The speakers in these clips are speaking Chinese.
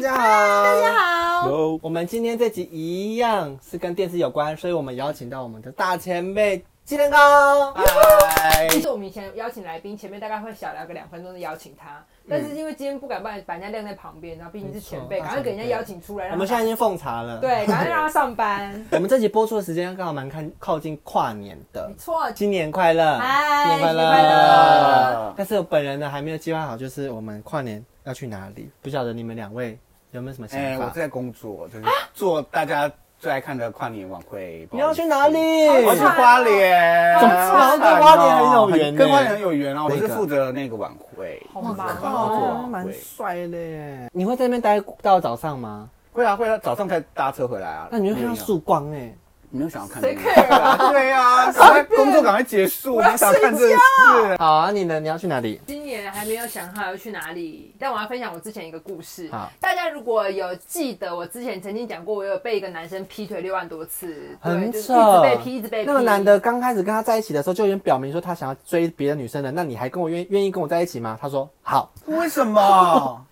家好，大家好，有我们今天这集一样是跟电视有关，所以我们邀请到我们的大前辈纪天高。嗨，其实我们以前邀请来宾，前面大概会小聊个两分钟的邀请他，但是因为今天不敢把把人家晾在旁边，然后毕竟是前辈，嗯没错赶快给人家邀请出来。我让们现他在已经奉茶了。， 对，赶快让他上班。我们这集播出的时间刚好蛮看靠近跨年的没，错，新年快乐，嗨新年快新年快乐乐！但是我本人呢还没有计划好，就是我们跨年要去哪里，不晓得你们两位有没有什么想哎、我法？正在工作，就是做大家最爱看的跨年晚会。不你好要意思去哪里？？我要去花莲，怎么好惨哦跟花莲很有缘呢跟花莲很有缘啊！我那是个负责那个晚会，好忙哦哦，晚蛮会。帅的耶！你会在那边待到早上吗？会啊会啊，早上才搭车回来啊。那你会看到没有曙光哎，没有想要看谁这 care 个啊？对 啊，赶快工作赶快结束，我要没想看这睡个事。好啊，你呢？你要去哪里？今年还没有想好要去哪里，但我要分享我之前一个故事好。大家如果有记得，我之前曾经讲过，我有被一个男生劈腿六万多次，对，很就是扯，一直被劈，一直被劈。那个男的刚开始跟他在一起的时候，就已经表明说他想要追别的女生了。那你还跟我愿愿意跟我在一起吗？他说好，为什 么？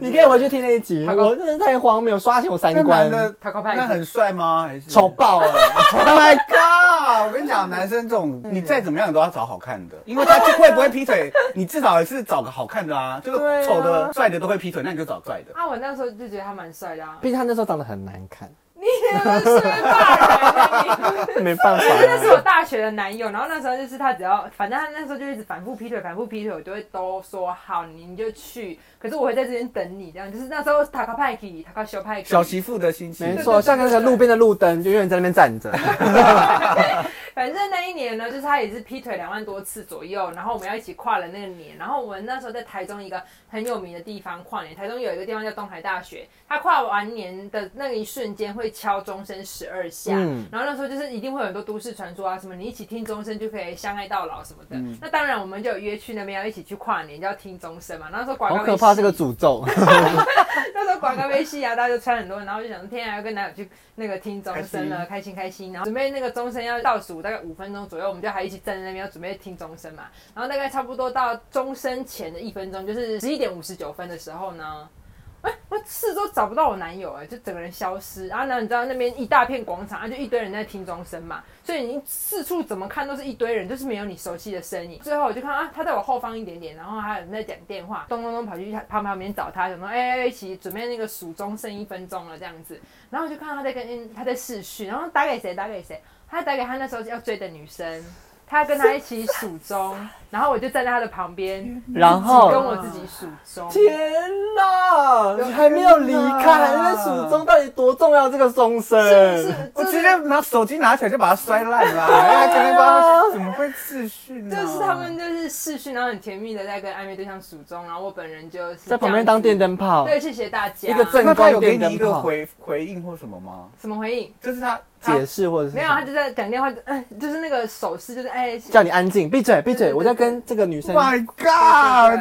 你可以回去听那一集，他刚我真的太荒谬，刷新我三那观男，的他靠派那很帅吗？还是丑爆了。 Oh my god！我跟你讲，男生这种你再怎么样都要找好看的，因为他会不会劈腿，你至少也是找个好看的啊。就是丑的、帅的都会劈腿，那你就找帅的。啊，我那时候就觉得他蛮帅的啊。毕竟他那时候长得很难看，你也是大人啊你！没办法 那是我大学的男友，然后那时候就是他只要，反正他那时候就一直反复劈腿，反复劈腿，我就会都说好，你你就去，可是我会在这边等你，这样就是那时候塔卡派克，塔卡修派克，小媳妇的心情，没错，像那个路边的路灯，就永远在那边站 着。反正那一年呢，就是他也是劈腿两万多次左右，然后我们要一起跨了那个年，然后我们那时候在台中一个很有名的地方跨年，台中有一个地方叫东海大学，他跨完年的那一瞬间会敲钟声十二下，嗯然后那时候就是一定会有很多都市传说啊，什么你一起听钟声就可以相爱到老什么的，那当然我们就有约去那边要一起去跨年，就要听钟声嘛，然后说广告好可怕，微这信个诅 咒。那时候广告微信啊，大家就穿很多，然后就想天啊，要跟男友去那个听钟声了，开心开心。然后准备那个钟声要倒数大概五分钟左右，我们就还一起站在那边要准备听钟声嘛。然后大概差不多到钟声前的一分钟，就是十一点五十九分的时候呢。哎，我四周找不到我男友，哎，就整个人消失。啊然后呢，你知道那边一大片广场，啊，就一堆人在听钟声嘛，所以你四处怎么看都是一堆人，就是没有你熟悉的身影。最后我就看啊，他在我后方一点点，然后还有人在讲电话，咚咚咚跑去他旁旁边找他，想说哎、哎哎一起准备那个数钟剩一分钟了这样子。然后我就看到他在跟嗯他在视讯，然后打给谁打给谁，他打给他那时候要追的女生。他跟他一起数钟，然后我就站在他的旁边，然跟后，我自己数钟。天哪，你还没有离开，还在数钟，到底多重要？这个钟是声，是我就是直接拿手机拿起来就把它摔烂了。哎，肯定帮怎么会秩序呢？哦就是他们就是视讯，然后很甜蜜的在跟暧昧对象数钟，然后我本人就是在旁边当电灯泡这。样子。对，谢谢大家。一个正那他有给电你一灯个泡，回回应或什么吗？什么回应？就是他解释或者是没有，他就在讲电话，就 嗯，就是那个手势，就是哎，叫你安静，闭嘴，闭嘴，我在跟这个女生 Oh My God！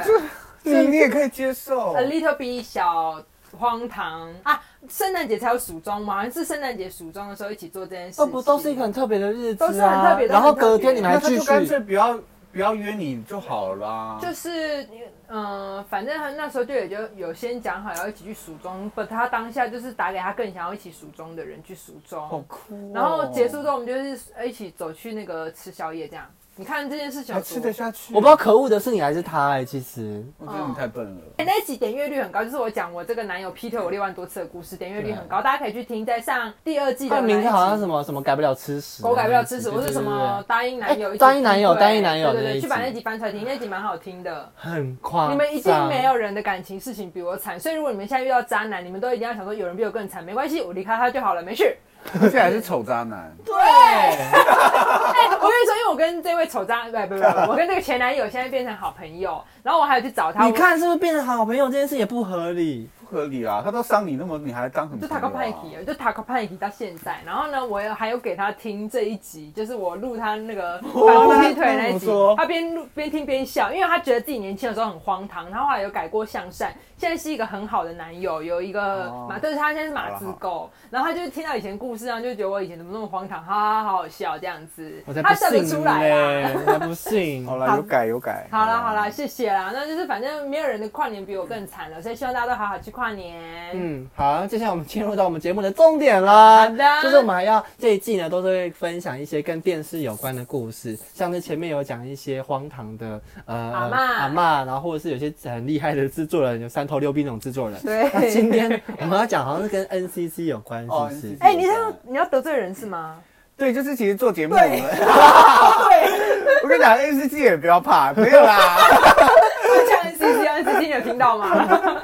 这这你也可以接受 a little bit 小荒唐啊！圣诞节才有数钟嘛，好像是圣诞节数钟的时候一起做这件事情。哦，不都是一个很特别的日子都啊？是很特别都然很后隔特别天你们还那他继就干续脆不要不要约你就好啊啦。就是嗯、呃反正他那时候就也就有先讲好要一起去数钟，不，他当下就是打给他更想要一起数钟的人去数钟。好酷、哦。然后结束之后，我们就是一起走去那个吃宵夜，这样。你看这件事情还有啊吃多得下去？我不知道，可恶的是你还是他哎、其实我觉得你太笨 了。哎那一集点阅率很高，就是我讲我这个男友劈腿我六万多次的故事，点阅率很高，大家可以去听，在上第二季的他的名字好像什么。么什么改不了吃屎，狗改不了吃屎，对我是什？么答应男友，哎答应男友对答应男友对对那一对，集去把那集翻出来听，那集蛮好听的。对对对很夸张，你们一定没有人的感情事情比我惨，所以如果你们现在遇到渣男，你们都一定要想说有人比我更惨，没关系，我离开他就好了，没事。而且还是丑渣男。 哎、我跟你说，因为我跟这位丑渣，不不不，我跟这个前男友现在变成好朋友，然后我还有去找他，你我看是不是变成好朋友这件事也不合理？不合理啊！他都伤你那么，你还当什么就朋友塔啊？克派迪了，就塔克派迪到现在。然后呢，我有还有给他听这一集，就是我录他那个反复劈腿那一集那那怎么说，他边录边听边笑，因为他觉得自己年轻的时候很荒唐，然后后来有改过向善，现在是一个很好的男友，有一个哦马，就是他现在是马子狗，然后他就听到以前故事，然后就觉得我以前怎么那么荒唐，哈哈，好好笑这样子我才，他不笑得信出嘞、来啊啦。我才不信。 啊好了，有改有改。好啦好啦，谢谢啦。那就是反正没有人的跨年比我更惨了，所以希望大家都好好去跨跨年。嗯，好，接下来我们进入到我们节目的重点啦。好的就是我们还要这一季呢，都是会分享一些跟电视有关的故事，像是前面有讲一些荒唐的呃阿嬷阿嬷，然后或者是有些很厉害的制作人，有三头六臂那种制作人。对那今天我们要讲好像是跟 NCC 有关，是不是？哎、你这样你要得罪人是吗？对，就是其实做节目，我对们 啊对，我跟你讲，N C G 也不要怕，没有啦， 我讲 N C C N C C，你有听 到吗？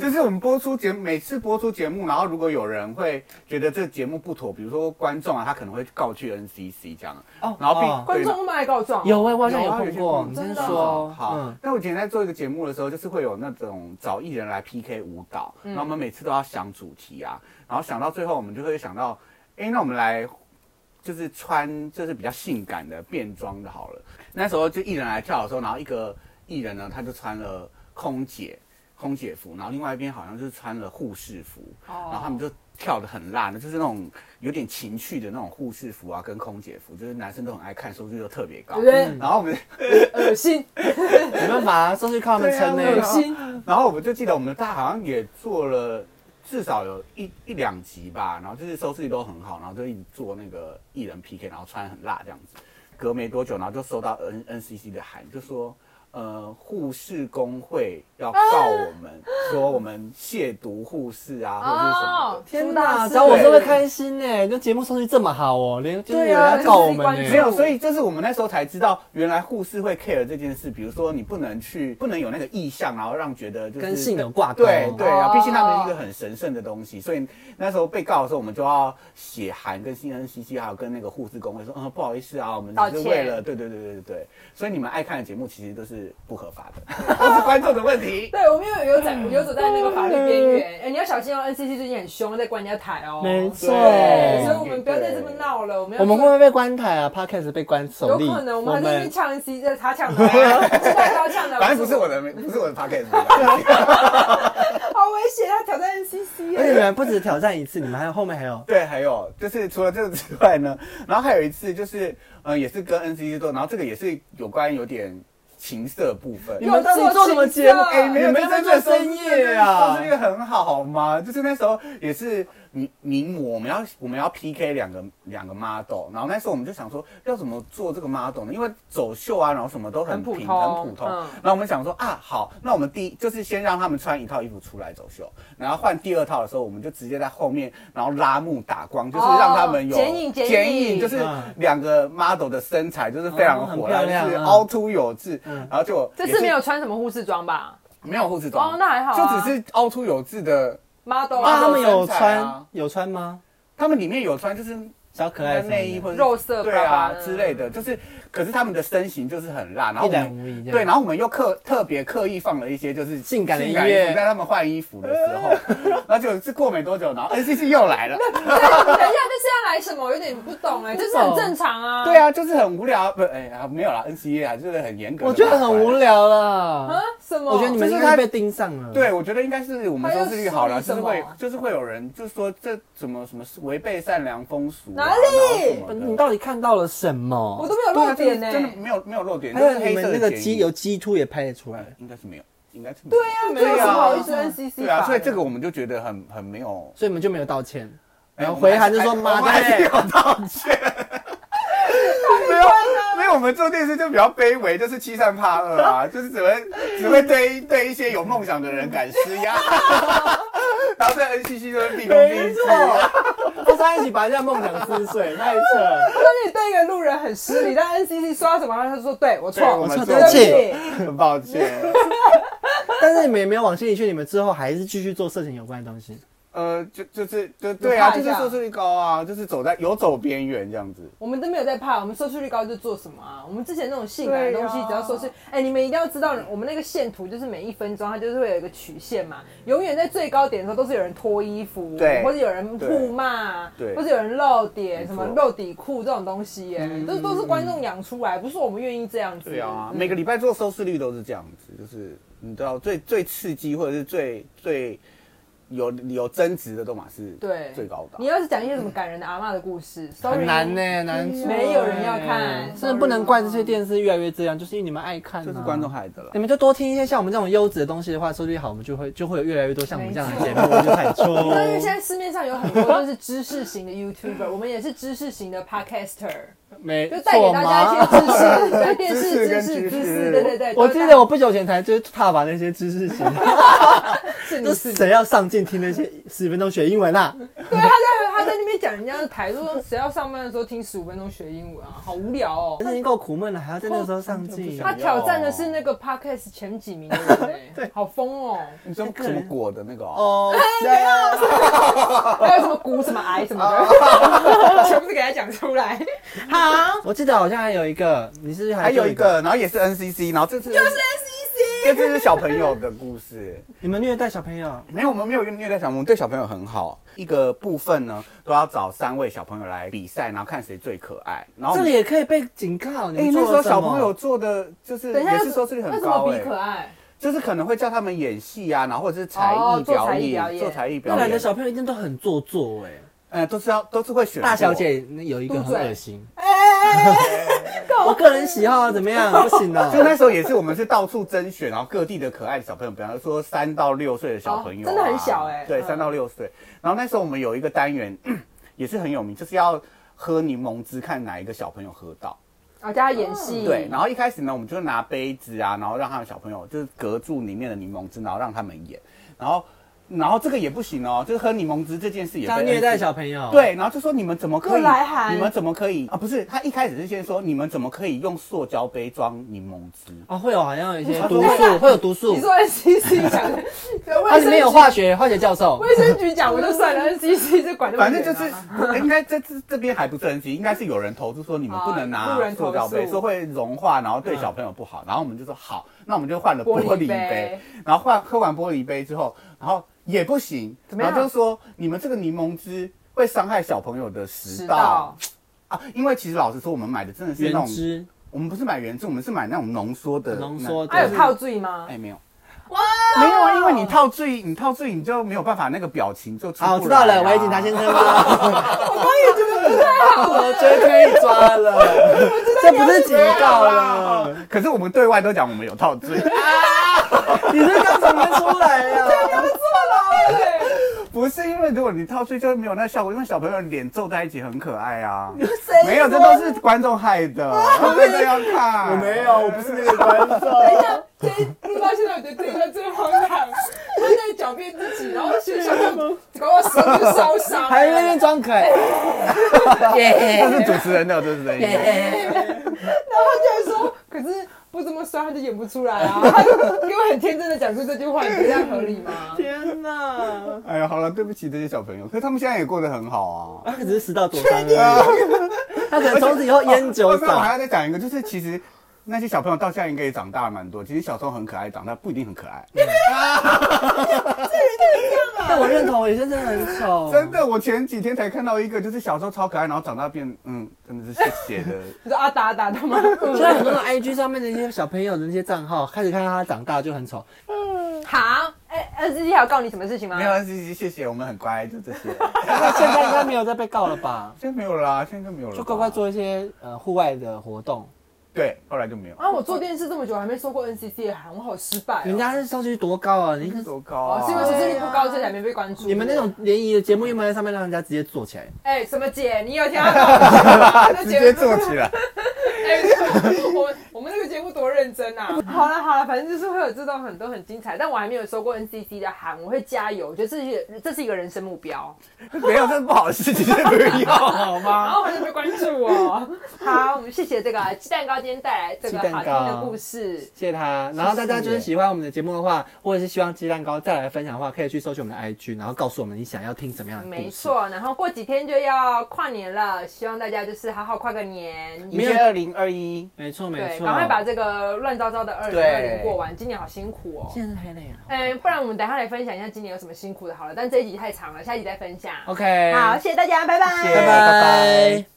就是我们播出节，每次播出节目，然后如果有人会觉得这节目不妥，比如说观众啊，他可能会告去 N C C 这样，哦然后并哦观众会不会来告状？有哎、我好像有啊碰有些过，碰你过先真的说。好嗯，，那我以前在做一个节目的时候，就是会有那种找艺人来 PK 舞蹈，然后我们每次都要想主题啊，然后想到最后，我们就会想到，哎，那我们来就是穿就是比较性感的变装的好了。那时候就艺人来跳的时候，然后一个艺人呢，他就穿了空姐空姐服，然后另外一边好像就是穿了护士服，哦然后啊他们就跳的很烂的，就是那种有点情趣的那种护士服啊，跟空姐服，就是男生都很爱看，收视率都特别高对不。嗯对？然后我们恶心，没办法啊，上去靠他们撑呢、对恶啊心，然后我们就记得我们大好像也做了至少有一一两集吧，然后就是收视率都很好，然后就一直做那个艺人 PK，然后穿很辣这样子。隔没多久，然后就收到嗯 N NCC 的函，就说呃护士工会要啊告我们，说我们亵渎护士啊，或者是什么的。天哦哪，哪，找嗯啊我是会开心呢、那节目收视率这么好哦、连就是有对啊人要告我们就是一关呢、注没有，所以就是我们那时候才知道，原来护士会 care 这件事。比如说，你不能去，不能有那个意向，然后让觉得就是跟性有挂钩。对对啊，哦毕竟他们是一个很神圣的东西，所以那时候被告的时候，我们就要写函跟新 NCC 还有跟那个护士工会说，嗯，不好意思啊，我们道只是歉为了，对对对对对对，所以你们爱看的节目其实都是不合法的， 都是观众的问题。对，我们有游走嗯游走在那个法律边缘，哎、你要小心哦，NCC 最近很凶，在关人家台哦。没错对，所以我们不要再这么闹了，我们要我们会不会被关台啊？Podcast 被关首有例，可能，我我们还在那边们呛 NCC，在他呛 的啊，是大家呛的，反正不是我的，不是我 的 podcast，啊好危险，他挑战 NCC 而且你耶。们不止挑战一次，你们还有后面还有。对，还有就是除了这个之外呢，然后还有一次就是，呃，也是跟 NCC 做，然后这个也是有关有点情色部分，你们到底做什么节目？哎有做情色你们在做深夜啊，啊收视！率很好好吗？就是那时候也是名名模，我们要我们要 PK 两个两个 model，然后那时候我们就想说要怎么做这个 model 呢？因为走秀啊，然后什么都很很普平通很普通。嗯然后我们想说啊，好，那我们第一就是先让他们穿一套衣服出来走秀，然后换第二套的时候，我们就直接在后面然后拉幕打光，就是让他们有哦剪影剪影就是嗯两个 model 的身材就是非哦常很火漂辣，亮就是嗯凹凸有致，然后就这也次是没有穿什么护士装吧没有护士装哦那还好啊就只是凹凸有致的。 ？model 啊，啊他们有身材啊穿有穿吗？他们里面有穿就是小可爱什么的内衣或者肉色对爸嗯爸啊的之 类的，就是可是他们的身形就是很辣，然后我一览无遗们这样对，然后我们又刻特别刻意放了一些就是性感的衣音服乐在他们换衣服的时候， 然后就是过没多久，然后 NCC 又来了，等一下，这是要来什么？我有点不懂啊哎，这是很正常啊。对，啊，就是很无聊，不哎啊没有啦，NCA 啊就是很严格，我觉得很无。聊啊啦。，什么？我觉得你们就应是该他被盯上了。对，我觉得应该是我们收视率好他了，又说就是什会么就是会有人就说这怎么什么是违背善良风俗、啊、哪里然后不什是，么的你到底看到了什我么？都没有露点呢。欸对啊就是真的没有没有漏点，欸还就有是你黑色们的那个剪鸡影呃有鸡突也拍得出来。应该是没有，应该是没有对啊，这有什么好意思 NCC 对啊，法所以的这个我们就觉得很很没有。所以你们就没有道歉，哎然后回函就说我们妈还是的欸有道歉。没有，没有，我们做电视就比较卑微，就是欺善怕恶啊，就是只会只会对对一些有梦想的人敢施 压，然后在 NCC 就会毕恭毕敬。错，大家一起把人家梦想撕碎，太扯了。 说你对一个路人很失礼，但 NCC 说到什么，他就说对我对错，我们错做对不起对很抱歉。但是你们也没有往心里去，你们之后还是继续做色情有关的东西。呃，就就是就对啊，怕就一是下收视率高啊，就是走在游走边缘这样子。我们都没有在怕，我们收视率高就做什么啊？我们之前那种性感的对东啊西，只要收视，哎、你们一定要知道，我们那个线图就是每一分钟它就是会有一个曲线嘛，永远在最高点的时候都是有人脱衣服，对或者有人互骂，对对或者有人露点，没什错嗯么露底裤这种东西、耶，这都是观众养出来，不是我们愿意这样子。对啊，嗯每个礼拜做收视率都是这样子，就是你知道最最刺激或者是最最有有争执的都嘛是对，最高你档。要是讲一些什么感人的阿嬷的故事，很 sorry 难呢、难做欸没有人要看真的不能怪这些电视越来越这样，就是因为你们爱看、啊，这是观众。害的了你。们就多听一些像我们这种优质的东西的话，收视率好，我们就会就会有越来越多像我们这样的节目就产出。 但是现在市面上有很多都是知识型的 YouTuber，我们也是知识型的 Podcaster，没就带给错大家一嘛。些知识，对电知识视跟知识知知识，识对 对对。我都记是得我不久前才就是踏把那些知识型，是你就是你谁要上进听那些十分钟学英文啊啦、对，他在他在那边讲人家的台，说谁要上班的时候听十五分钟学英文啊，好无聊哦啊？。已经够苦闷了，还要在那个时候上啊进。哦他挑战的是那个 podcast 前几名的 人、欸，好疯哦！你说什么果的那个哦？哦，对啊还有什么骨、什么癌什么 的，全部都给他讲出 来。好，我记得好像还有一个，你是不是还有做一？个，然后也是 NCC，然后这次就是 NCC，这次是小朋友的故事。你们虐待小朋友？没有，我们没有虐待小朋友，我们对小朋友很好。一个部分呢，都要找三位小朋友来比赛，然后看谁最可爱。然后我这们个也可以被警告。你哎、们做那时了候小什么朋友做的就是等一下也是收视率那很怎么高哎、比可爱？就是可能会叫他们演戏啊，然后或者是才哦艺做表才艺表演，演做才艺表那来演。的小朋友一定都很做作哎、嗯，都是要都是会选大小过，姐有一个嘟很嘴恶心，哎哎哎我个人喜好啊怎么 样？不行哦、就那时候也是我们是到处甄选，然后各地的可爱的小朋友，比方说三到六岁的小朋友啊、哦真的很小欸对，嗯三到六岁。然后那时候我们有一个单元 也是很有名，就是要喝柠檬汁，看哪一个小朋友喝到。哦，叫他演戏。对，然后一开始呢，我们就拿杯子啊，然后让他们小朋友就是隔住里面的柠檬汁，然后让他们演，然后然后这个也不行哦，就是喝柠檬汁这件事也他被虐待 NCC 小朋友，，对，然后就说你们怎么可以又来函你们怎么可以啊？不是，他一开始是先说你们怎么可以用塑胶杯装柠檬汁？哦，会有好像有一些他毒说素，会有啊毒素你，说 NCC 讲 的，啊它卫里面有生化学化学教授，卫生局讲我就 算了，NCC 这管那么反正严就啊是，应该这这这边还不是很急，应该是有人投诉说你们不能啊拿路人投塑胶杯，诉嗯说会融化，然后对小朋友不好。然后我们就说好，那我们就换呃了玻玻璃璃杯杯，然后换喝完玻璃杯之后，然后也不行，怎么然样后就说你们这个柠檬汁会伤害小朋友的食迟道到。啊，因为其实老实说，我们买的真的是那原种，汁我们不是买原汁，我们是买那种浓缩的浓缩啊，有对套醉吗那。？哎，没有。哦没有啊，因为你套醉，你套醉，你就没有办法那个表情就出好，我不知道来了，啊喂，警察先 生吗？我刚也觉得不太好，我觉得可以抓了， 这不是警告了，可是我们对外都讲我们有套 罪，你这刚怎么出来 呀？不是因为如果你套罪就会没有那效果，因为小朋友脸皱在一起很可爱啊。谁没有，这都是观众害的，真的要看。我没有，我不是那个观众。等一下，哎这一录到现在，我觉得这一段最荒唐。他在狡辩自己，然后学校搞到手就烧伤，还在那边装可爱， 这是主持人的，这是声 音。然后他居然说，可是不这么酸他就演不出来 啊。他给我很天真的讲出这句话，你觉得这样合理 吗？天哪！哎呀，好了，对不起这些小朋友，可是他们现在也过得很好啊。他只是食道灼伤而已，他可能从此以后烟酒哦 那我还少。要再讲一个，就是其实那些小朋友到现在应该也长大了蛮多，其实小时候很可爱，长大不一定很可爱。但我认同，我有些真的很丑， 真。的，我前几天才看到一个，就是小时候超可爱，然后长大变，嗯，真的是谢 谢的。你说阿啊达阿达他吗？现在很多的 IG 上面的那些小朋友的那些账号，开始看到他长大就很丑。 好，哎，二十一号告你什么事情吗没？有，谢谢谢谢，我们很乖，就这些。那现在应该没有再被告了吧？现在没有了啊，现在应该没有了吧。就乖乖做一些呃户外的活动。对，后来就没有。啊，我做电视这么久还没收过 NCC 的函，我好失败哦。人家是收视率多高啊！你多高哦啊？，是因为收视率不高，所以才没被关注。你们那种联谊的节目，有没有在上面让人家直接做起来？哎、什么姐，你有听到吗？ 那直节目接做起来。哎、我我们这个节目多认真啊！好了好了，反正就是会有这种很多很精彩，但我还没有收过 NCC 的函，我会加油，我觉得这是一个这是一个人生目标。没有，这是不好的事情，这不要哦好然吗？后还是没关注我。好，我们谢谢这个鸡蛋糕今天带来这个鸡蛋好听糕的故事。谢谢他。然后大家就是喜欢我们的节目的话，或者是希望鸡蛋糕再来分享的话，可以去搜寻我们的 IG，然后告诉我们你想要听什么样的故事。没，错，然后过几天就要跨年了，希望大家就是好好跨个年。没有二零二一，没错，没对，错。赶快把这个乱糟糟的二零二对零过完，今年好辛苦哦。现在太累了。嗯，不然我们等一下来分享一下今年有什么辛苦的，好了，但这一集太长了，下一集再分享。 OK， 好，谢谢大家，拜拜，谢谢拜拜